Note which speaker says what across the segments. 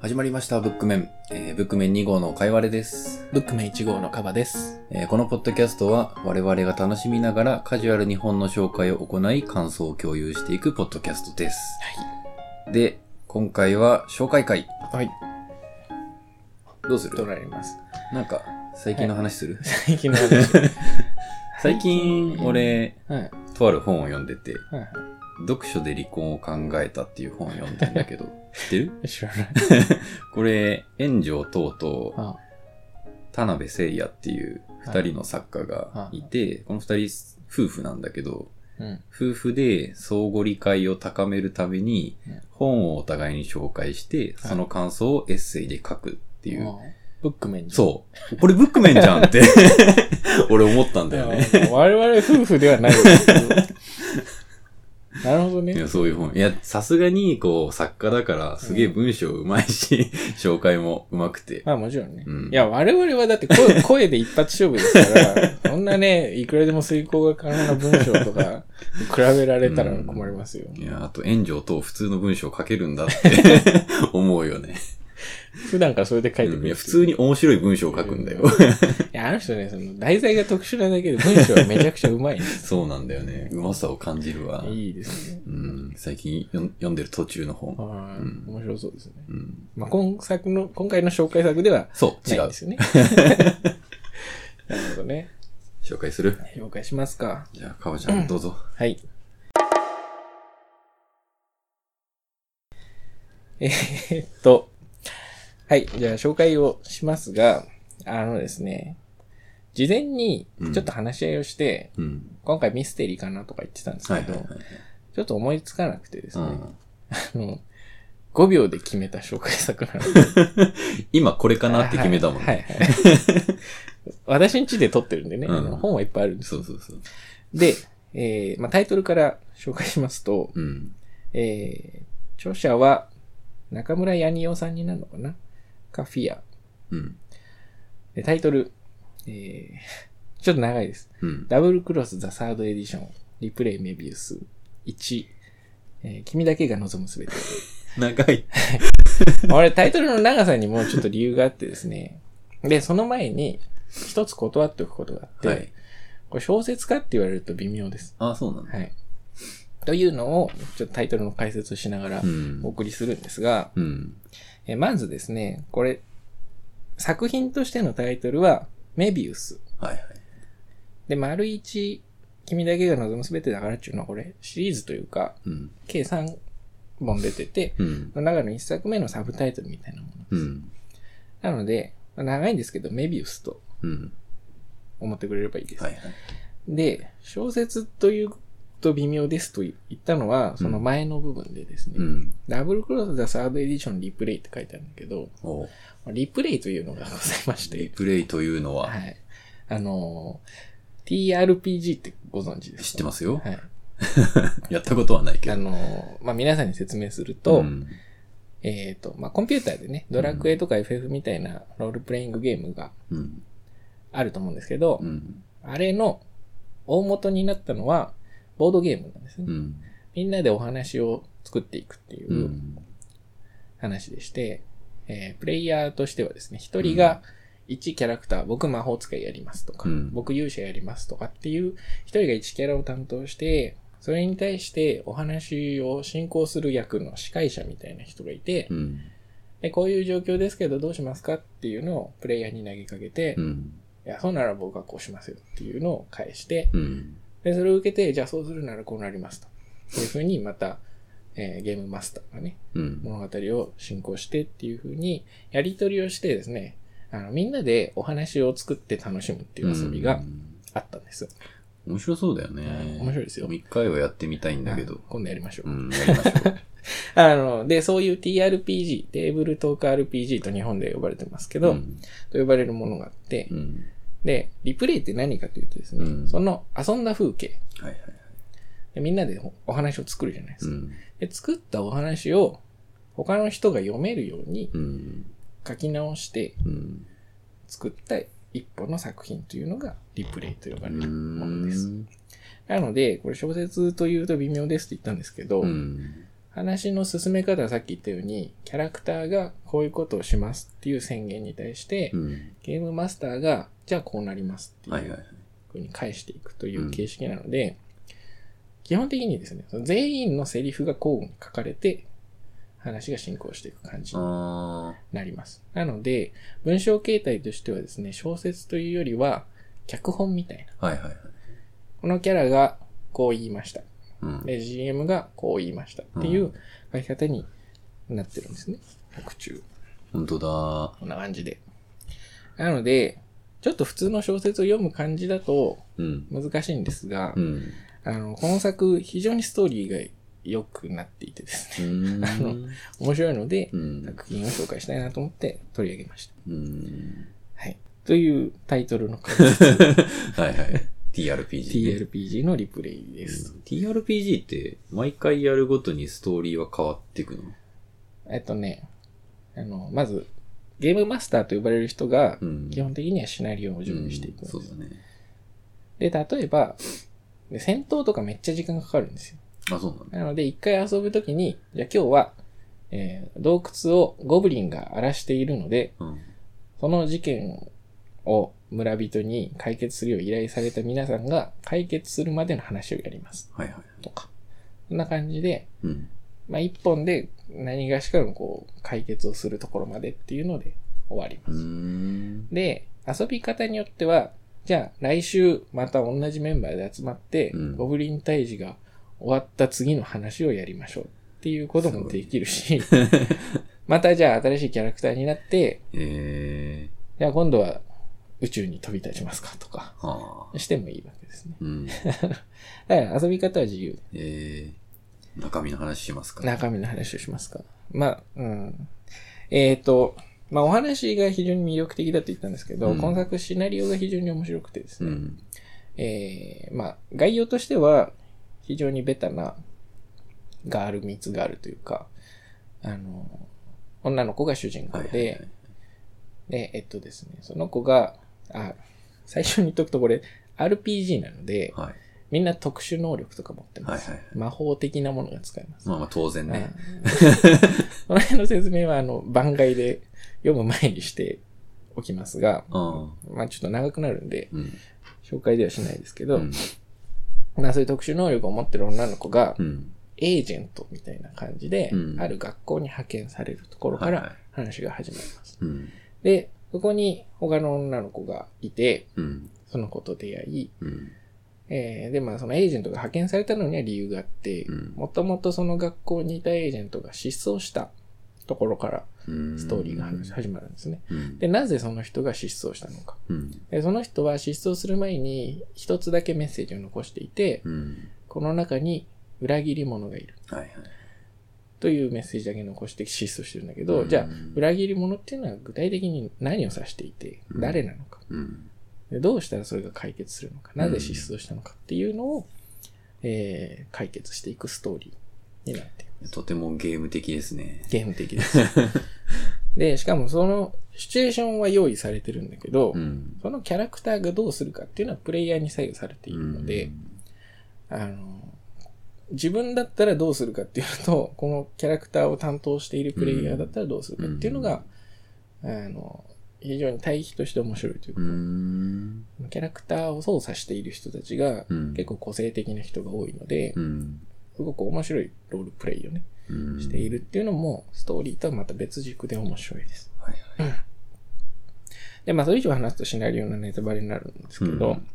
Speaker 1: 始まりました、ブックメン。えーブックメン2号のかいわれです、
Speaker 2: ブックメン1号のカバです。
Speaker 1: えーこのポッドキャストは我々が楽しみながらカジュアルに本の紹介を行い感想を共有していくポッドキャストです。で、今回は紹介会。
Speaker 2: はい。
Speaker 1: どうす
Speaker 2: 取
Speaker 1: る
Speaker 2: ら れます。
Speaker 1: なんか、最近の話する、
Speaker 2: 最近の話。
Speaker 1: 最近、俺、
Speaker 2: はい。はい
Speaker 1: とある本を読んでて、
Speaker 2: は
Speaker 1: 読書で離婚を考えたっていう本を読んだんだけど、知ってる
Speaker 2: い。知らない。
Speaker 1: これ、炎上等々、
Speaker 2: あ
Speaker 1: 田辺聖也っていう二人の作家がいて、この二人夫婦なんだけど、
Speaker 2: うん。
Speaker 1: 夫婦で相互理解を高めるために
Speaker 2: うん
Speaker 1: 本をお互いに紹介して、
Speaker 2: はい
Speaker 1: その感想をエッセイで書くっていう。
Speaker 2: あブックメンう。
Speaker 1: そう。これブックメンじゃんって 俺思ったんだよね。
Speaker 2: いや我々夫婦ではない ですけど。なるほど
Speaker 1: い
Speaker 2: ね。
Speaker 1: やそういう本。いや、さすがに、こう、作家だから、すげえ文章うまいし、紹介もうまくて。
Speaker 2: まあもちろんね。
Speaker 1: うん
Speaker 2: いや、我々はだって 声声で一発勝負ですから、そんなね、いくらでも遂行が可能な文章とか、比べられたら困りますよ。
Speaker 1: いや、あと、炎上と普通の文章を書けるんだって 思うよね。
Speaker 2: 普段からそれで書い
Speaker 1: う
Speaker 2: てく
Speaker 1: んい
Speaker 2: る
Speaker 1: や、普通に面白い文章を書くんだよ。
Speaker 2: いや、あの人ね、その題材が特殊なだけで文章はめちゃくちゃ うまいんです。
Speaker 1: そうなんだよね。うまさを感じるわ。
Speaker 2: いいですね。
Speaker 1: うん、最近よん読んでる途中の本。
Speaker 2: はい、
Speaker 1: うん
Speaker 2: 面白そうですね。
Speaker 1: うん、
Speaker 2: まあ、今作の、今回の紹介作では
Speaker 1: そう、違
Speaker 2: ないん
Speaker 1: う
Speaker 2: で。すよね。なるほどね。
Speaker 1: 紹介する
Speaker 2: 紹介しますか。
Speaker 1: じゃあ、かおちゃん、どうぞ。
Speaker 2: はい。えーっと、はい。じゃあ、紹介をしますが、あのですね、事前にちょっと話し合いをして、
Speaker 1: うん。
Speaker 2: 今回ミステリーかなとか言ってたんです
Speaker 1: は
Speaker 2: け
Speaker 1: いはい
Speaker 2: ど、
Speaker 1: はい。
Speaker 2: ちょっと思いつかなくてです
Speaker 1: う
Speaker 2: ね、
Speaker 1: ん、
Speaker 2: あの、5秒で決めた紹介作なので。
Speaker 1: 今これかなって決めたもんね。
Speaker 2: はいはいはい 私ん家で撮ってるんでね、
Speaker 1: うん
Speaker 2: あの本はいっぱいあるんです
Speaker 1: そ
Speaker 2: よ
Speaker 1: うそうそう。
Speaker 2: で、えーまあ、タイトルから紹介しますと、
Speaker 1: うん。
Speaker 2: えー著者は中村ヤニオさんになるのかなカフィア。
Speaker 1: うん。
Speaker 2: でタイトル、えー ちょっと長いです。
Speaker 1: うん。
Speaker 2: ダブルクロスザサードエディション、リプレイメビウス1、えー君だけが望むすべて。
Speaker 1: 長い。
Speaker 2: 俺、タイトルの長さにもちょっと理由があってですね。で、その前に、一つ断っておくことがあって、
Speaker 1: はい。
Speaker 2: これ小説家って言われると微妙です。
Speaker 1: あ、そうなんだ。
Speaker 2: はい。というのを、ちょっとタイトルの解説をしながら
Speaker 1: う
Speaker 2: お
Speaker 1: ん。
Speaker 2: 送りするんですが、
Speaker 1: うん。
Speaker 2: えまずですね、これ、作品としてのタイトルは、メビウス。
Speaker 1: はいはい。
Speaker 2: で、丸一、君だけが望むすべてだからっていうのはこれ、シリーズというか、
Speaker 1: うん。
Speaker 2: 計3本出てて、
Speaker 1: うん。
Speaker 2: その中の1作目のサブタイトルみたいなも
Speaker 1: う
Speaker 2: の。
Speaker 1: ん。
Speaker 2: なので、まあ長いんですけど、メビウスと
Speaker 1: うん。
Speaker 2: 思ってくれればいいです。
Speaker 1: はいはい。
Speaker 2: で、小説というと微妙ですと言ったのは、その前の部分でですね、
Speaker 1: うん。
Speaker 2: ダブルクロス・ザ・サード・エディション・リプレイって書いてあるんだけど、
Speaker 1: お
Speaker 2: リプレイというのがございまし
Speaker 1: リ
Speaker 2: て、
Speaker 1: プレイというのは
Speaker 2: は、い。あのー、TRPG ってご存知です
Speaker 1: 知っ
Speaker 2: か
Speaker 1: てますよ。
Speaker 2: はい。
Speaker 1: やったことはないけ
Speaker 2: あ
Speaker 1: ど。
Speaker 2: のー、まあ、皆さんに説明すると、
Speaker 1: うん
Speaker 2: えっ、と、まあ、コンピューターでね、ドラクエとか FF みたいなロールプレイングゲームが
Speaker 1: うん。
Speaker 2: あると思うんですけど、
Speaker 1: うん。
Speaker 2: あれの大元になったのは、ボードゲームなんですね。
Speaker 1: うん。。
Speaker 2: みんなでお話を作っていくっていううん話でして、えープレイヤーとしてはですね、一人が1キャラクター、僕魔法使いやりますとか、
Speaker 1: うん
Speaker 2: 僕勇者やりますとかっていう、一人が1キャラを担当して、それに対してお話を進行する役の司会者みたいな人がいて、
Speaker 1: うん。
Speaker 2: でこういう状況ですけどどうしますかっていうのをプレイヤーに投げかけて、
Speaker 1: う
Speaker 2: い
Speaker 1: ん。
Speaker 2: や、そうなら僕はこうしますよっていうのを返して、
Speaker 1: うん。
Speaker 2: で、それを受けて、じゃあそうするならこうなりますと。そういうふうにまた、えーゲームマスターがね、
Speaker 1: うん。
Speaker 2: 物語を進行してっていう風にやり取りをしてですね、あの、みんなでお話を作って楽しむっていう遊び
Speaker 1: う
Speaker 2: が
Speaker 1: ん
Speaker 2: あったんですよ。
Speaker 1: 面白そうだよね。
Speaker 2: 面白いですよ
Speaker 1: 一回はやってみたいんだけど
Speaker 2: あ。今度やりましょう。
Speaker 1: うん、やりましょ
Speaker 2: あの、で、そういう TRPG、テーブルトーク RPG と日本で呼ばれてますけ
Speaker 1: う。
Speaker 2: ど、
Speaker 1: うん
Speaker 2: と呼ばれるものがあって、
Speaker 1: うん。
Speaker 2: で、リプレイって何かというとですね、
Speaker 1: うん
Speaker 2: その遊んだ風景、
Speaker 1: はいはい。
Speaker 2: でみんなでおお話を作るじゃないです
Speaker 1: う
Speaker 2: か、
Speaker 1: ん。
Speaker 2: で。作ったお話を他の人が読めるように
Speaker 1: うん。
Speaker 2: 書き直して
Speaker 1: うん。
Speaker 2: 作った一本の作品というのがリプレイと呼ば
Speaker 1: う
Speaker 2: れるものです。
Speaker 1: ん。
Speaker 2: なので、これ小説というと微妙ですって言ったんですけど、
Speaker 1: うん。
Speaker 2: あ話の進め方はさっき言ったように、キャラクターがこういうことをしますっていう宣言に対して、
Speaker 1: うん。
Speaker 2: ゲームマスターが、じゃあこうなりますって
Speaker 1: はい
Speaker 2: い
Speaker 1: は
Speaker 2: う
Speaker 1: い。
Speaker 2: ふうに返していくという形式なので、基本的にですね、その全員のセリフが交互に書かれて、話が進行していく感じに
Speaker 1: あ
Speaker 2: なります。なので、文章形態としてはですね、小説というよりは、脚本みたいな。
Speaker 1: あ。はいはいはい。
Speaker 2: このキャラがこう言いました。
Speaker 1: うん。
Speaker 2: で、GM がこう言いましたっていう書き方になってるんですね。白中。
Speaker 1: 本当だ。
Speaker 2: こんな感じで。なので、ちょっと普通の小説を読む感じだと
Speaker 1: うん。
Speaker 2: 難しいんですが、
Speaker 1: うん。
Speaker 2: あの、この作、非常にストーリーが良くなっていてですね、
Speaker 1: うーん。
Speaker 2: 面白いので
Speaker 1: う、ん。
Speaker 2: 作品を紹介したいなと思って取り上げました。
Speaker 1: うん。
Speaker 2: はい。というタイトルの解説
Speaker 1: はいはい。TRPG ね。
Speaker 2: TRPG のリプレイです。
Speaker 1: TRPG って、毎回やるごとにストーリーは変わっていくの
Speaker 2: えっとね、あの、まず、ゲームマスターと呼ばれる人が
Speaker 1: う、ん。
Speaker 2: 基本的にはシナリオを準備していくん
Speaker 1: うん
Speaker 2: です。
Speaker 1: そうだね。
Speaker 2: で、例えば、で戦闘とかめっちゃ時間かかるんですよ。
Speaker 1: あ、そうなんだ。
Speaker 2: なので、一回遊ぶときに、じゃあ今日は、えー洞窟をゴブリンが荒らしているので、
Speaker 1: うん。
Speaker 2: その事件を村人に解決するよう依頼された皆さんが解決するまでの話をやります。
Speaker 1: はいはい。
Speaker 2: とか。そんな感じで、
Speaker 1: うん。
Speaker 2: まあ、一本で何がしかのこう、解決をするところまでっていうので終わり
Speaker 1: う
Speaker 2: ま
Speaker 1: ー
Speaker 2: す。
Speaker 1: ん。
Speaker 2: で、遊び方によっては、じゃあ来週また同じメンバーで集まって、
Speaker 1: うん
Speaker 2: ゴブリン退治が終わった次の話をやりましょうっていうこともできる し、またじゃあ新しいキャラクターになって、
Speaker 1: え
Speaker 2: じゃあ今度は宇宙に飛び立ちますかとか、
Speaker 1: ー、はあ。
Speaker 2: してもいいわけですね。
Speaker 1: うん。
Speaker 2: だから遊び方は自由で。
Speaker 1: えー、中身の話しますか
Speaker 2: 中身の話をしますか。まあ、うん。えっ、と、まあお話が非常に魅力的だと言ったんですけど、
Speaker 1: うん
Speaker 2: 今作シナリオが非常に面白くてです
Speaker 1: う
Speaker 2: ね、
Speaker 1: ん。
Speaker 2: えーまあ、概要としては、非常にベタな、ガールミーツガールというか、あの、女の子が主人公
Speaker 1: はい
Speaker 2: で、
Speaker 1: はいはい。
Speaker 2: で、えっとですね、その子が、あ、最初に言っとくとこれ、RPG なので、
Speaker 1: はい。
Speaker 2: みんな特殊能力とか持って
Speaker 1: はいは
Speaker 2: ま
Speaker 1: い
Speaker 2: す。
Speaker 1: はい。
Speaker 2: 魔法的なものが使えます。
Speaker 1: まあまあ当然ね。
Speaker 2: うんこの辺の説明は、あの、番外で読む前にしておきますが、
Speaker 1: うん。
Speaker 2: まあちょっと長くなるんで、
Speaker 1: うん。
Speaker 2: 紹介ではしないですけど、
Speaker 1: うん
Speaker 2: まあそういう特殊能力を持ってる女の子が
Speaker 1: う、ん。
Speaker 2: エージェントみたいな感じで
Speaker 1: う、ん
Speaker 2: ある学校に派遣されるところか
Speaker 1: はいは
Speaker 2: ら
Speaker 1: い
Speaker 2: 話が始まります。
Speaker 1: うん。
Speaker 2: で、そこに他の女の子がいて、
Speaker 1: うん。
Speaker 2: その子と出会い、
Speaker 1: うん。
Speaker 2: えーで、まあそのエージェントが派遣されたのには理由があって
Speaker 1: うん、
Speaker 2: もともとその学校にいたエージェントが失踪したところから
Speaker 1: うん。
Speaker 2: ストーリーが話始まるんですね。
Speaker 1: うん。
Speaker 2: で、なぜその人が失踪したのか。
Speaker 1: うん。
Speaker 2: でその人は失踪する前に一つだけメッセージを残していて、
Speaker 1: うん。
Speaker 2: この中に裏切り者がいる。
Speaker 1: はいはい。
Speaker 2: というメッセージだけ残して失踪してるんだけど、
Speaker 1: うん
Speaker 2: じゃあ、裏切り者っていうのは具体的に何を指していて、
Speaker 1: うん
Speaker 2: 誰なのか、
Speaker 1: うん。
Speaker 2: でどうしたらそれが解決するのか、なぜ失踪したのかっていうのを、えー解決していくストーリーになっている。
Speaker 1: とてもゲーム的ですね。
Speaker 2: ゲーム 的です。で、しかもそのシチュエーションは用意されてるんだけど、
Speaker 1: うん。
Speaker 2: そのキャラクターがどうするかっていうのはプレイヤーに左右されているので、あの、自分だったらどうするかっていうのと、このキャラクターを担当しているプレイヤーだったらどうするかっていうのが、あの、非常に対比として面白いという
Speaker 1: う
Speaker 2: か、
Speaker 1: ん。
Speaker 2: キャラクターを操作している人たちが
Speaker 1: うん。
Speaker 2: 結構個性的な人が多いので、
Speaker 1: うん。
Speaker 2: すごく面白いロールプレイをね、
Speaker 1: うん。
Speaker 2: しているっていうのも、ストーリーとはまた別軸で面白いです。
Speaker 1: はい
Speaker 2: で、まあそれ以上話すとシナリオのネタバレになるんですけど、
Speaker 1: うん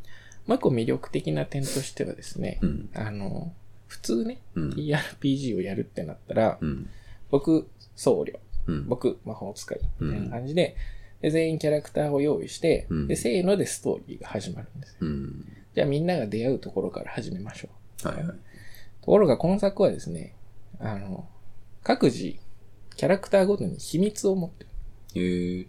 Speaker 2: もう一個魅力的な点としてはですね、
Speaker 1: うん。
Speaker 2: あの、普通ね、
Speaker 1: うん。
Speaker 2: TRPG をやるってなったら、
Speaker 1: うん。
Speaker 2: 僕、僧侶、
Speaker 1: うん。
Speaker 2: 僕、魔法使い、
Speaker 1: うん
Speaker 2: みたいな感じで、で全員キャラクターを用意して、
Speaker 1: うん
Speaker 2: で、せーのでストーリーが始まるんですよ。
Speaker 1: うん。
Speaker 2: じゃあみんなが出会うところから始めましょう。
Speaker 1: はいはい。
Speaker 2: ところが今作はですね、あの、各自、キャラクターごとに秘密を持ってる。
Speaker 1: へえ。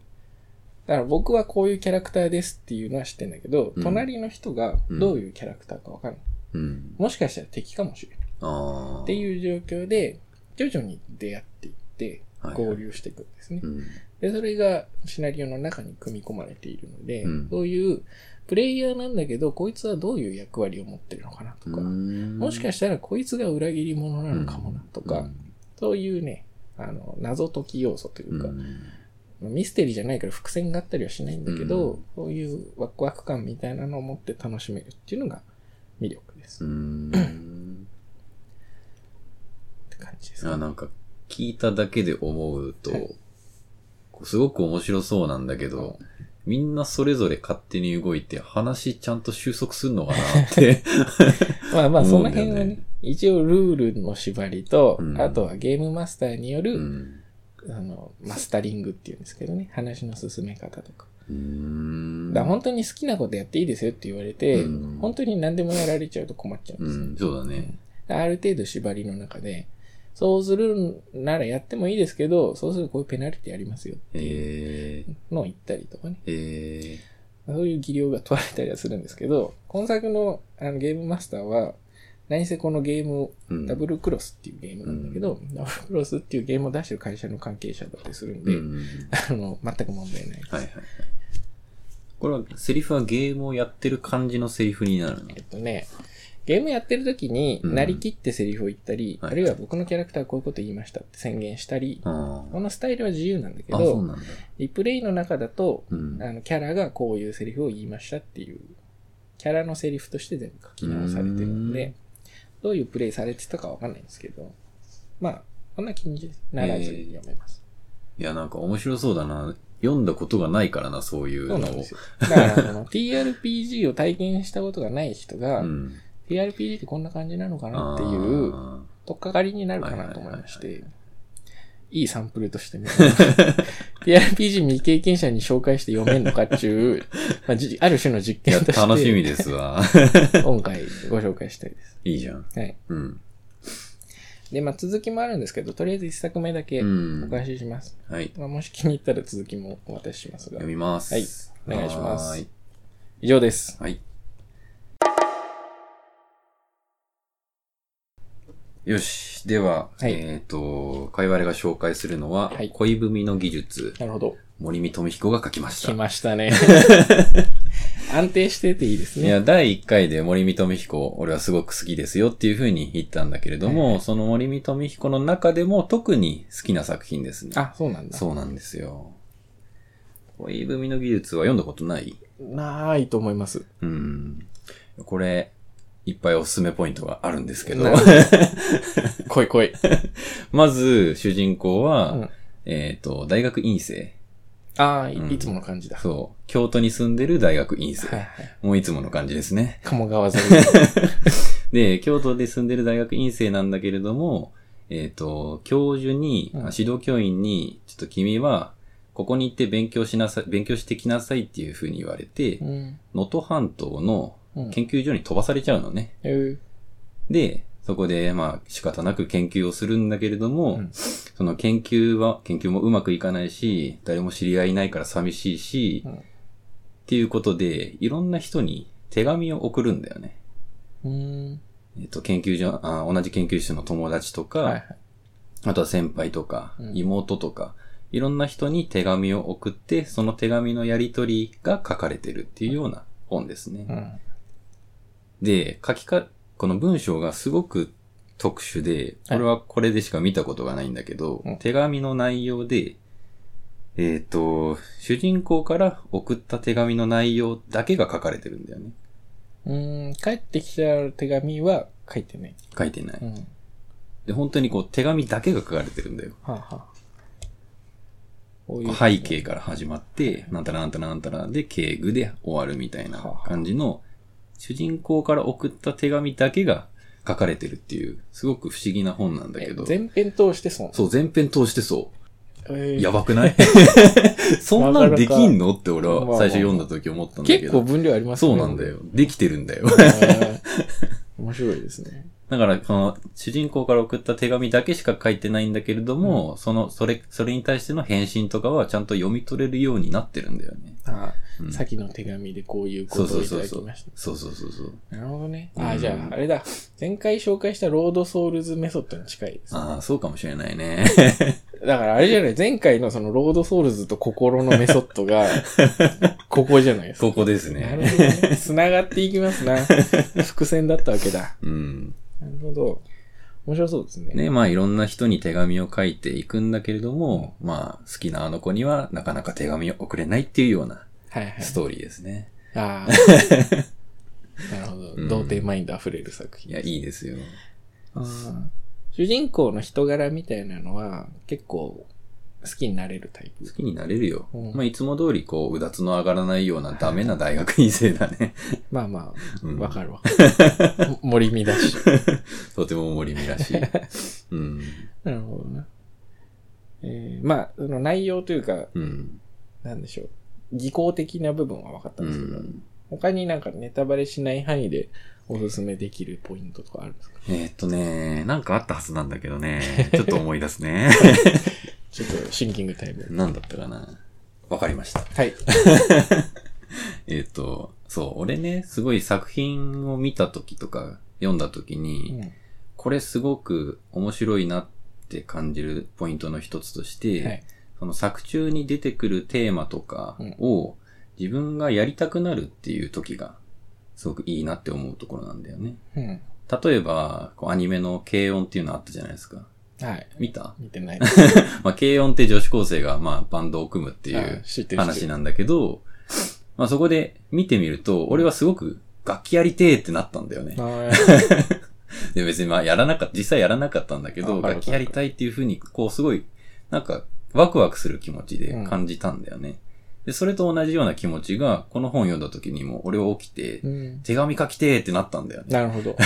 Speaker 2: だから僕はこういうキャラクターですっていうのは知ってんだけど、
Speaker 1: うん
Speaker 2: 隣の人がどういうキャラクターかわかんない。
Speaker 1: うん。
Speaker 2: もしかしたら敵かもしれない。
Speaker 1: ああ。
Speaker 2: って
Speaker 1: う。
Speaker 2: いう状況で、徐々に出会っていって、
Speaker 1: はいはい
Speaker 2: 合流していくんですね
Speaker 1: う。ん。
Speaker 2: で、それがシナリオの中に組み込まれているので、
Speaker 1: うん
Speaker 2: そういうプレイヤーなんだけど、こいつはどういう役割を持ってるのかなとか、もしか
Speaker 1: し
Speaker 2: したらこいつが裏切り者なのかもなと
Speaker 1: た
Speaker 2: か、そういうね、あの、謎解き要素というか、
Speaker 1: うん
Speaker 2: まあミステリーじゃないから伏線があったりはしないんだけど、
Speaker 1: うん
Speaker 2: そういうワクワク感みたいなのを持って楽しめるっていうのが魅力です。
Speaker 1: う
Speaker 2: っ
Speaker 1: ん。
Speaker 2: て感じです
Speaker 1: あ
Speaker 2: ね。
Speaker 1: なんか、聞いただけで思うと、
Speaker 2: はい
Speaker 1: こうすごく面白そうなんだけど、みんなそれぞれ勝手に動いて、話ちゃんと収束するのかなって。
Speaker 2: まあまあ、その辺は
Speaker 1: 思う
Speaker 2: ね、
Speaker 1: んだよね
Speaker 2: 一応ルールの縛りと、
Speaker 1: うん
Speaker 2: あとはゲームマスターによ
Speaker 1: う
Speaker 2: る、
Speaker 1: ん。
Speaker 2: あの、マスタリングっていうんですけどね、話の進め方とか。
Speaker 1: うーん。
Speaker 2: だから本当に好きなことやっていいですよって言われて、
Speaker 1: うん
Speaker 2: 本当に何でもやられちゃうと困っちゃうん
Speaker 1: う
Speaker 2: ですよ。
Speaker 1: ん、そうだね。
Speaker 2: ある程度縛りの中で、そうするならやってもいいですけど、そうするとこういうペナルティありますよってい
Speaker 1: え
Speaker 2: う
Speaker 1: ー、
Speaker 2: のを言ったりとかね。
Speaker 1: え
Speaker 2: そういう技量が問われたりはするんですけど、今作のあのゲームマスターは、何せこのゲームを、
Speaker 1: ー、うん。
Speaker 2: ダブルクロスっていうゲームなんだけど、ダブルクロスっていうゲームを出してる会社の関係者だったりするんで、
Speaker 1: うん。
Speaker 2: あの、全く問題ない。
Speaker 1: はいはいはい。これは、セリフはゲームをやってる感じのセリフになるの
Speaker 2: えっとね、ゲームやってる時に、
Speaker 1: うん
Speaker 2: なりきってセリフを言ったり、
Speaker 1: はい
Speaker 2: あるいは僕のキャラクターはこういうこと言いましたって宣言したり、
Speaker 1: あ
Speaker 2: このスタイルは自由なんだけ
Speaker 1: ーあ、そう
Speaker 2: ど、
Speaker 1: なんだ。
Speaker 2: リプレイの中だと、
Speaker 1: うん。
Speaker 2: あの、キャラがこういうセリフを言いましたっていう、キャラのセリフとして全部書き直されてるの
Speaker 1: う
Speaker 2: で、どういうプレイされてたかわかんないんですけど、まあ、こんな気にならずに読めます。
Speaker 1: いや、なんか面白そうだな。読んだことがないからな、そういうのを。
Speaker 2: そうなんですよ。だから、あの TRPG を体験したことがない人が、
Speaker 1: うん。
Speaker 2: TRPG ってこんな感じなのかなってい
Speaker 1: あ
Speaker 2: う、
Speaker 1: ー
Speaker 2: とっかかりになるかなと思いまし
Speaker 1: は
Speaker 2: て、いいサンプルとしてね、PRPG 未経験者に紹介して読めんのかっち ゅう、まあ、じある種の実
Speaker 1: い や、
Speaker 2: 験として、
Speaker 1: 楽しみですわ。
Speaker 2: 今回ご紹介したいです。
Speaker 1: いいじゃん。
Speaker 2: はい。
Speaker 1: うん。
Speaker 2: で、まあ続きもあるんですけど、とりあえず一作目だけ
Speaker 1: う
Speaker 2: お
Speaker 1: ん。
Speaker 2: 返しします。
Speaker 1: はい。
Speaker 2: まあ、もし気に入ったら続きもお渡ししますが
Speaker 1: 読、みます。
Speaker 2: はいお願いします
Speaker 1: はーい
Speaker 2: 以上です。
Speaker 1: はい。よし。では、
Speaker 2: はい
Speaker 1: えっ、と、かいわれが紹介するのは、
Speaker 2: はい
Speaker 1: 恋文の技術、
Speaker 2: なるほど。
Speaker 1: 森見富彦が書きました。
Speaker 2: 来まし たね。安定してていいです
Speaker 1: い
Speaker 2: ね。
Speaker 1: や、第1回で森見富彦、俺はすごく好きですよっていう風に言ったんだけれども、その森見富彦の中でも特に好きな作品ですね。
Speaker 2: あ、そうなんだ。
Speaker 1: そうなんですよ。恋文の技術は読んだことない
Speaker 2: ないと思います。
Speaker 1: うん。これ、いっぱいおすすめポイントがあるんですけど
Speaker 2: な、る 来い来い。
Speaker 1: まず、主人公は、
Speaker 2: うん
Speaker 1: えっ、と、大学院生。
Speaker 2: ああ、い
Speaker 1: うん
Speaker 2: いつもの感じだ。
Speaker 1: そう。京都に住んでる大学院生。
Speaker 2: はいはい。
Speaker 1: もういつもの感じですね。
Speaker 2: 鴨川沿いで。
Speaker 1: で、京都で住んでる大学院生なんだけれども、えっ、と、教授に、
Speaker 2: うん
Speaker 1: あ指導教員に、ちょっと君は、ここに行って勉強しなさい、勉強してきなさいっていう風に言われて、
Speaker 2: うん。
Speaker 1: 能登半島の
Speaker 2: うん
Speaker 1: 研究所に飛ばされちゃうのね。
Speaker 2: えー
Speaker 1: で、そこで、まあ、仕方なく研究をするんだけれども、
Speaker 2: うん
Speaker 1: その研究は、研究もうまくいかないし、誰も知り合いいないから寂しいし、
Speaker 2: うん
Speaker 1: っていうことで、いろんな人に手紙を送るんだよね。
Speaker 2: うん。
Speaker 1: えっと、研究所、あ同じ研究室の友達とか、
Speaker 2: はいはい。
Speaker 1: あとは先輩とか
Speaker 2: う、ん
Speaker 1: 妹とか、いろんな人に手紙を送って、その手紙のやりとりが書かれてるっていうような本ですね。
Speaker 2: うん。
Speaker 1: で、書きか、この文章がすごく特殊で、こ
Speaker 2: はい
Speaker 1: れはこれでしか見たことがないんだけど、
Speaker 2: うん
Speaker 1: 手紙の内容で、えっ、と、主人公から送った手紙の内容だけが書かれてるんだよね。
Speaker 2: うん。帰ってきた手紙は書いてない。
Speaker 1: 書いてない。
Speaker 2: うん。は
Speaker 1: で、本当にこう手紙だけが書かれてるんだよ。
Speaker 2: あ、はあ。こういう
Speaker 1: 背景から始まって、なんたらなんたらなんたらで、敬具で終わるみたいな感じの、主人公から送った手紙だけが書かれてるっていう、すごく不思議な本なんだけど。
Speaker 2: 全編通してそう
Speaker 1: そう、全編通してそう。
Speaker 2: えー
Speaker 1: やばくないそんなんできんのって俺は最初読んだ時思ったんだけ
Speaker 2: 結
Speaker 1: ど。
Speaker 2: 構分量ありますね。
Speaker 1: そうなんだよ。できてるんだよ。
Speaker 2: えー。 面白いですね。
Speaker 1: だから、この、主人公から送った手紙だけしか書いてないんだけれども、その、それ、それに対しての返信とかはちゃんと読み取れるようになってるんだよね。
Speaker 2: ああ
Speaker 1: うん
Speaker 2: さっきの手紙でこういうこ
Speaker 1: そう
Speaker 2: と
Speaker 1: そ
Speaker 2: を
Speaker 1: う
Speaker 2: いた
Speaker 1: そう
Speaker 2: だ
Speaker 1: そ
Speaker 2: き
Speaker 1: う
Speaker 2: ました。。
Speaker 1: そうそうそうそう。
Speaker 2: なるほどね。
Speaker 1: う
Speaker 2: あ
Speaker 1: ん
Speaker 2: あ、じゃあ、あれだ。前回紹介したロードソウルズメソッドに近いですね。
Speaker 1: ああ、そうかもしれない ね。
Speaker 2: だからあれじゃない、前回のそのロードソウルズと心のメソッド が、ここじゃないですか。
Speaker 1: ここです
Speaker 2: な
Speaker 1: ね。
Speaker 2: るほど ね。繋がっていきますな。伏線だったわけだ。
Speaker 1: うん。
Speaker 2: なるほど。面白そうですね。
Speaker 1: ね、まあいろんな人に手紙を書いていくんだけれども、まあ好きなあの子にはなかなか手紙を送れないっていうような
Speaker 2: はいはい。
Speaker 1: ストーリーですね。
Speaker 2: ああ。 なるほど。
Speaker 1: うん
Speaker 2: 童貞マインド溢れる作
Speaker 1: い
Speaker 2: 品。
Speaker 1: や、いいですよ。
Speaker 2: あー主人公の人柄みたいなのは結構好きになれるタイ
Speaker 1: 好
Speaker 2: プ。
Speaker 1: きになれるよ。
Speaker 2: うん
Speaker 1: まあいつも通りこう、うだつの上がらないようなダメな大学院生だ ね。
Speaker 2: まあま
Speaker 1: う
Speaker 2: あ、
Speaker 1: ん
Speaker 2: わか るわかる。森見だし。
Speaker 1: とても森見らしい。うん。
Speaker 2: なるほどな。えーまあ、その内容というか、
Speaker 1: うん。
Speaker 2: なんでしょう。技巧的な部分は分かった
Speaker 1: うん
Speaker 2: ですけど、
Speaker 1: ん。
Speaker 2: 他になんかネタバレしない範囲でおすすめできるポイントとかあるんですか
Speaker 1: えーっとね、なんかあったはずなんだけどね。ちょっと思い出す ね。
Speaker 2: ちょっとシンキングタイム。
Speaker 1: なんだったかな。わかりました。
Speaker 2: はい。
Speaker 1: えっ、と、そう、俺ね、すごい作品を見た時とか、読んだ時に、
Speaker 2: うん
Speaker 1: これすごく面白いなって感じるポイントの一つとして、
Speaker 2: はい
Speaker 1: その作中に出てくるテーマとかを自分がやりたくなるっていう時が、すごくいいなって思うところなんだよね。
Speaker 2: うん。
Speaker 1: 例えば、こうアニメの軽音っていうのあったじゃないですか。
Speaker 2: はい。
Speaker 1: 見た
Speaker 2: 見てない。
Speaker 1: まあ、軽音って女子高生が、まあ、バンドを組むってい
Speaker 2: あ
Speaker 1: う
Speaker 2: 知ってる知って
Speaker 1: 話
Speaker 2: る
Speaker 1: なんだけど、まあ、そこで見てみると、俺はすごく楽器やりてーってなったんだよね。
Speaker 2: あー
Speaker 1: で、別にまあ、やらなかった、実際やらなかったんだけ
Speaker 2: あわ
Speaker 1: ど、
Speaker 2: かる
Speaker 1: 楽器やりたいっていうふうに、こう、すごい、なんか、ワクワクする気持ちで感じたんだよね。で、それと同じような気持ちが、この本読んだ時にも、俺は起きて、
Speaker 2: うん
Speaker 1: 手紙書きてーってなったんだよね。
Speaker 2: なるほど。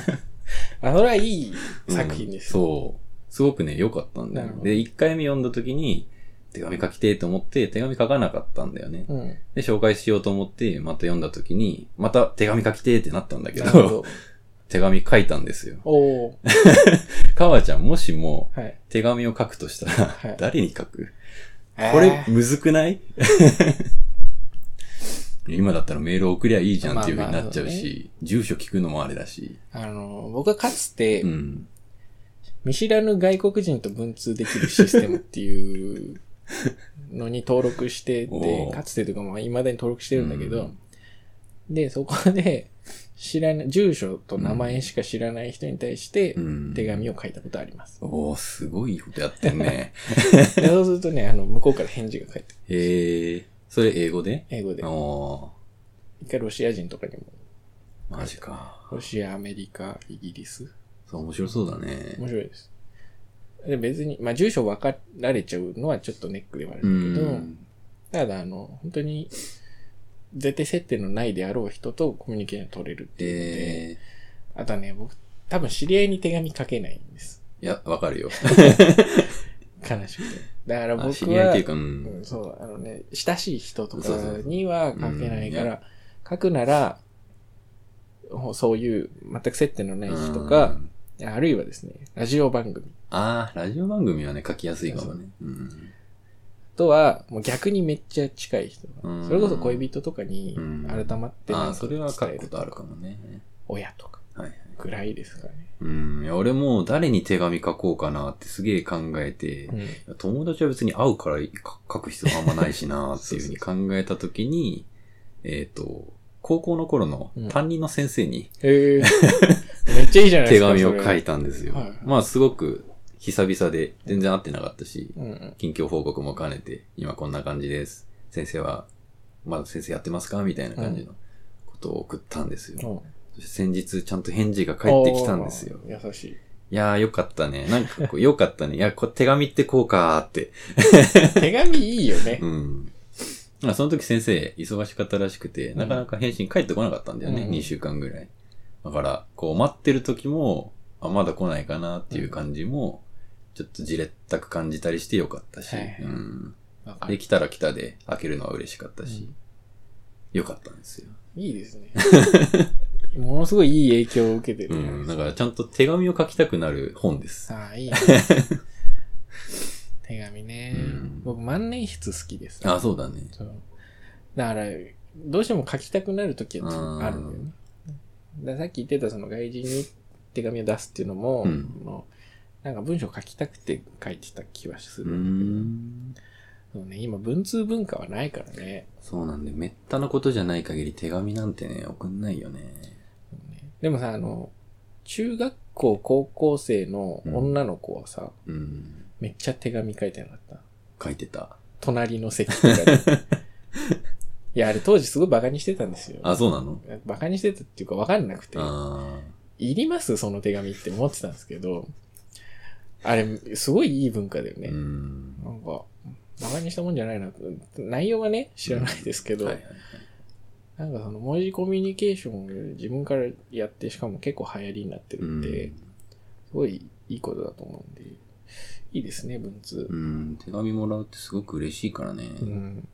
Speaker 2: あ、それはいい作品です。
Speaker 1: うんそう。すごくね、良かったんだよ
Speaker 2: なる
Speaker 1: ね。
Speaker 2: ほど
Speaker 1: で、一回目読んだ時に、手紙書きてーと思って、手紙書かなかったんだよね。
Speaker 2: うん。
Speaker 1: で、紹介しようと思って、また読んだ時に、また手紙書きてーってなったんだけ
Speaker 2: なるほ
Speaker 1: ど、
Speaker 2: ど。
Speaker 1: 手紙書いたんですよ。
Speaker 2: おー
Speaker 1: かわちゃん、もしも
Speaker 2: はい。
Speaker 1: 手紙を書くとした
Speaker 2: は
Speaker 1: ら
Speaker 2: い、
Speaker 1: 誰に書くこ
Speaker 2: こ
Speaker 1: れ、むずくない 今だったらメール送りゃいいじゃんっていう風になっちゃう
Speaker 2: まあまあ
Speaker 1: し、住所聞くのもあれだし。
Speaker 2: あの、僕はかつて、
Speaker 1: うん。
Speaker 2: 見知らぬ外国人と文通できるシステムっていうのに登録して
Speaker 1: お
Speaker 2: て、
Speaker 1: ー
Speaker 2: かつてというかまあ未だに登録してるんだけ
Speaker 1: う
Speaker 2: ど、で、そこで、知らない、住所と名前しか知らない人に対して
Speaker 1: う、ん。
Speaker 2: 手。紙を書いたことあります。
Speaker 1: おー、すごいことやってん ね。
Speaker 2: でそうするとね、あの、向こうから返事が返ってく
Speaker 1: へえー、それ英語で
Speaker 2: る英語で。
Speaker 1: お
Speaker 2: 一回ロシア人とかにも、
Speaker 1: ー、マジか。
Speaker 2: ロシア、アメリカ、イギリス。
Speaker 1: そう、面白そうだね。
Speaker 2: 面白いです。で別に、まあ、住所分かられちゃうのはちょっとネックではあ
Speaker 1: う
Speaker 2: るけど、
Speaker 1: ん。
Speaker 2: ただ、あの、本当に、絶対接点のないであろう人とコミュニケーション取れるっていうので、
Speaker 1: え
Speaker 2: あとはね、僕、多分知り合いに手紙書けないんです。
Speaker 1: ー、いや、わかるよ。
Speaker 2: 悲しくて。だから僕
Speaker 1: あ
Speaker 2: は、
Speaker 1: 知り合いっていうか、う。
Speaker 2: うんんそう、あのね、親しい人とか
Speaker 1: そうそう
Speaker 2: には書けないか
Speaker 1: うんい
Speaker 2: ら、書くなら、ほそういう全く接点のない人
Speaker 1: う
Speaker 2: か、
Speaker 1: ん
Speaker 2: あるいはですね、ラジオ番組。
Speaker 1: ああ、ラジオ番組はね、書きやすいかもね。うん。
Speaker 2: とは、もう逆にめっちゃ近い人
Speaker 1: う
Speaker 2: が
Speaker 1: ん
Speaker 2: それこそ恋人とかに
Speaker 1: うん
Speaker 2: 改まって
Speaker 1: あ
Speaker 2: な
Speaker 1: あ、
Speaker 2: んか
Speaker 1: それは書
Speaker 2: 伝え
Speaker 1: く
Speaker 2: る
Speaker 1: ことあるかもね。
Speaker 2: 親とか
Speaker 1: はいはい。
Speaker 2: ぐらいですかね。
Speaker 1: うん。いや、俺もう誰に手紙書こうかなってすげえ考えて、
Speaker 2: うん
Speaker 1: 友達は別に会うからか書く必要あんまないしなっていうふうに考えたときに、えっと、高校の頃の担任の先生に
Speaker 2: えー めっちゃいいじゃないで
Speaker 1: 手
Speaker 2: すか。
Speaker 1: 紙を書
Speaker 2: それ
Speaker 1: いたんですよ
Speaker 2: はいはい。
Speaker 1: まあすごく久々で全然会ってなかったし、
Speaker 2: うんうん。
Speaker 1: 近況報告も兼ねて、今こんな感じです。先生は、まだ先生やってますかみたいな感じのことを送ったんですよ。そして先日ちゃんと返事が返ってきたんですよ。
Speaker 2: おー優しい。
Speaker 1: いやーよかったね。なんかこう、よかったね。いや、こ手紙ってこうかーって。
Speaker 2: 手紙いいよ ね
Speaker 1: う。ん。まあその時先生、忙しかったらしくて、なかなか返信返ってこなかったんだよね。
Speaker 2: うん
Speaker 1: 2週間ぐらい。だから、こう、待ってる時も、あ、まだ来ないかなっていう感じも、ちょっとじれったく感じたりしてよかったし、
Speaker 2: はいはい
Speaker 1: うん。
Speaker 2: わかる
Speaker 1: で、来たら来たで、開けるのは嬉しかったし、よかったんですよ。
Speaker 2: いいです ね。ものすごいいい影響を受けて
Speaker 1: う
Speaker 2: るじ
Speaker 1: ん。
Speaker 2: ゃ
Speaker 1: だ
Speaker 2: ないです
Speaker 1: から、ちゃんと手紙を書きたくなる本です。
Speaker 2: か。ああ、いい ね。手紙ね
Speaker 1: うん。
Speaker 2: 僕、万年筆好きです。
Speaker 1: あ、そうだね。
Speaker 2: そう。だから、どうしても書きたくなる時はあるんだよね。だからさっき言ってたその外人に手紙を出すっていうのも、
Speaker 1: うん
Speaker 2: そのなんか文章書きたくて書いてた気はす
Speaker 1: うー
Speaker 2: る。
Speaker 1: ん。
Speaker 2: そうね、今文通文化はないからね。
Speaker 1: そうなんで、めったなことじゃない限り手紙なんてね、送んないよね。
Speaker 2: でもさ、あの、中学校、高校生の女の子はさ、
Speaker 1: うん。
Speaker 2: めっちゃ手紙書いてなかった。
Speaker 1: 書いてた。
Speaker 2: 隣の席と かで。いや、あれ当時すごいバカにしてたんですよ。
Speaker 1: あ、そうなの
Speaker 2: バカにしてたっていうかわかんなくて、
Speaker 1: あ
Speaker 2: いりますその手紙って思ってたんですけど、あれ、すごいいい文化だよ
Speaker 1: あ。
Speaker 2: ね。
Speaker 1: うん。
Speaker 2: なんか、バカにしたもんじゃないな。内容はね、知らないですけど、
Speaker 1: はいはいはい。
Speaker 2: なんかその文字コミュニケーションを自分からやって、しかも結構流行りになってるんで、すごいいいことだと思うんで、いいですね、文通
Speaker 1: う。ん。手紙もらうってすごく嬉しいからね。
Speaker 2: うん。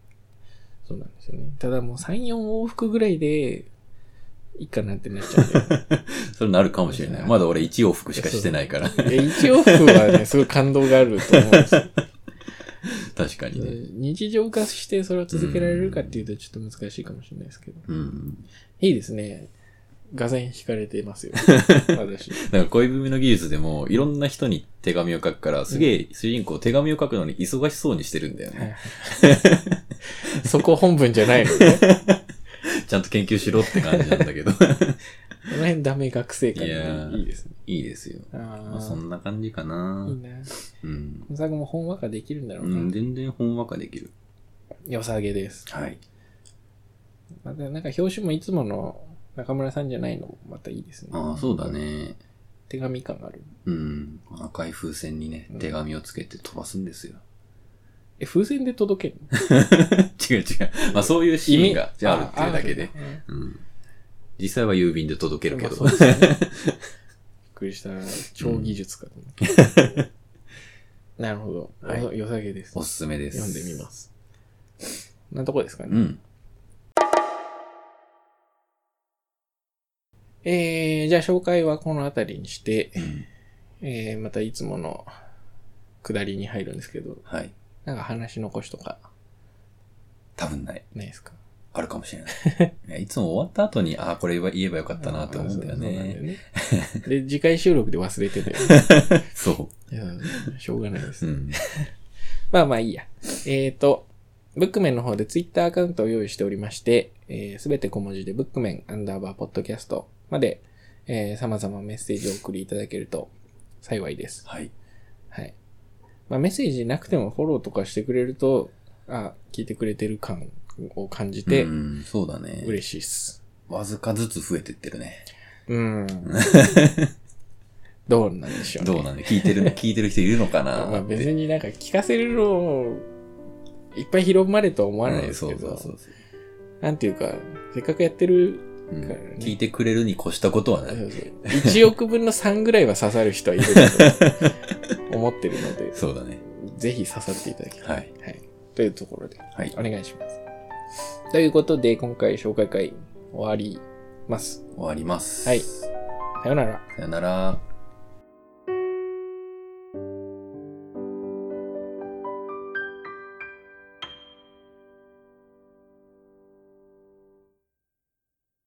Speaker 2: そうなんですよね。ただもう3、4往復ぐらいで、いいかなってなっちゃうんだよね
Speaker 1: それなるかもしれない。まだ俺1往復しかしてないから。
Speaker 2: いや一往復はね、すごい感動があると思うんですよ
Speaker 1: 確かにね。
Speaker 2: 日常化してそれを続けられるかっていうとちょっと難しいかもしれないですけど。
Speaker 1: うん。
Speaker 2: いいですね。画然引かれてます よ。私。
Speaker 1: だから恋文の技術でも、いろんな人に手紙を書くから、すげえ主人公手紙を書くのに忙しそうにしてるんだよね。
Speaker 2: そこ本文じゃないのね。こ
Speaker 1: ちゃんと研究しろって感じなんだ けど。
Speaker 2: の辺ダメ学生感
Speaker 1: いやー
Speaker 2: がいいですね。
Speaker 1: いいですよ。ま
Speaker 2: あ
Speaker 1: あ、そんな感じかな
Speaker 2: あ、いい。な。
Speaker 1: うん。
Speaker 2: 小沢君も本話ができるんだろ
Speaker 1: う
Speaker 2: うな。
Speaker 1: ん、全然ほんわかできる。
Speaker 2: 良さげです。
Speaker 1: はい。
Speaker 2: またなんか表紙もいつもの中村さんじゃないのもまたいいですね。
Speaker 1: ああ、そうだ。ね。
Speaker 2: 手紙感がある。
Speaker 1: うん。赤い風船にね、手紙をつけて飛ばすんですよ。
Speaker 2: え、風船で届けるの
Speaker 1: 違う違う。まあ、そういうシーンがあるっていうだけで
Speaker 2: あ。ある
Speaker 1: うん。実際は郵便で届けるけど。
Speaker 2: まあそうですねびっくりした。超技術かと思って なるほど。
Speaker 1: はい
Speaker 2: よ良さげです
Speaker 1: お。すすめです。
Speaker 2: 読んでみます。なんとこですかね。
Speaker 1: うん。
Speaker 2: えー、じゃあ紹介はこのあたりにして、
Speaker 1: ん
Speaker 2: えー、またいつもの下りに入るんですけど、
Speaker 1: はい。
Speaker 2: なんか話し残しとか
Speaker 1: 多分ない。
Speaker 2: ないですか
Speaker 1: あるかもしれないいや。 いつも終わった後に、ああ、これ言えば言えばよかったなって思うんだよ
Speaker 2: あーそうそうなん
Speaker 1: ね。
Speaker 2: だよね で、次回収録で忘れてたよね
Speaker 1: そ
Speaker 2: いやーしょうがないです
Speaker 1: う。う。ん。
Speaker 2: まあまあいいや。えっ、と、ブックメンの方でツイッターアカウントを用意しておりまして、す、え、べ、全て小文字でブックメンアンダーバーポッドキャストまで、えー、様々メッセージをお送りいただけると幸いです。
Speaker 1: はい。
Speaker 2: はい。まあメッセージなくてもフォローとかしてくれると、あ、聞いてくれてる感を感じて
Speaker 1: うん、そうだね。
Speaker 2: 嬉しいっす。
Speaker 1: わずかずつ増えてってるね。
Speaker 2: うん。どうなんでしょうね。
Speaker 1: どうなんで、聞いてる、聞いてる人いるのかな
Speaker 2: まあ
Speaker 1: って
Speaker 2: 別になんか聞かせるのをいっぱい広まれとは思わないですけど、
Speaker 1: うんそうそうそう
Speaker 2: なんていうか、せっかくやっ てる、
Speaker 1: そう、うん
Speaker 2: だからね
Speaker 1: 聞いてくれるに越したことはない。
Speaker 2: 1億分の3ぐらいは刺さる人はいるかと思ってるので、
Speaker 1: そうだね。
Speaker 2: ぜひ刺さっていただきたい。
Speaker 1: はい。
Speaker 2: はい。というところで、
Speaker 1: はい
Speaker 2: お。願いします。ということで、今回紹介会終わります。
Speaker 1: 終わります。
Speaker 2: はいさよなら。
Speaker 1: さよなら。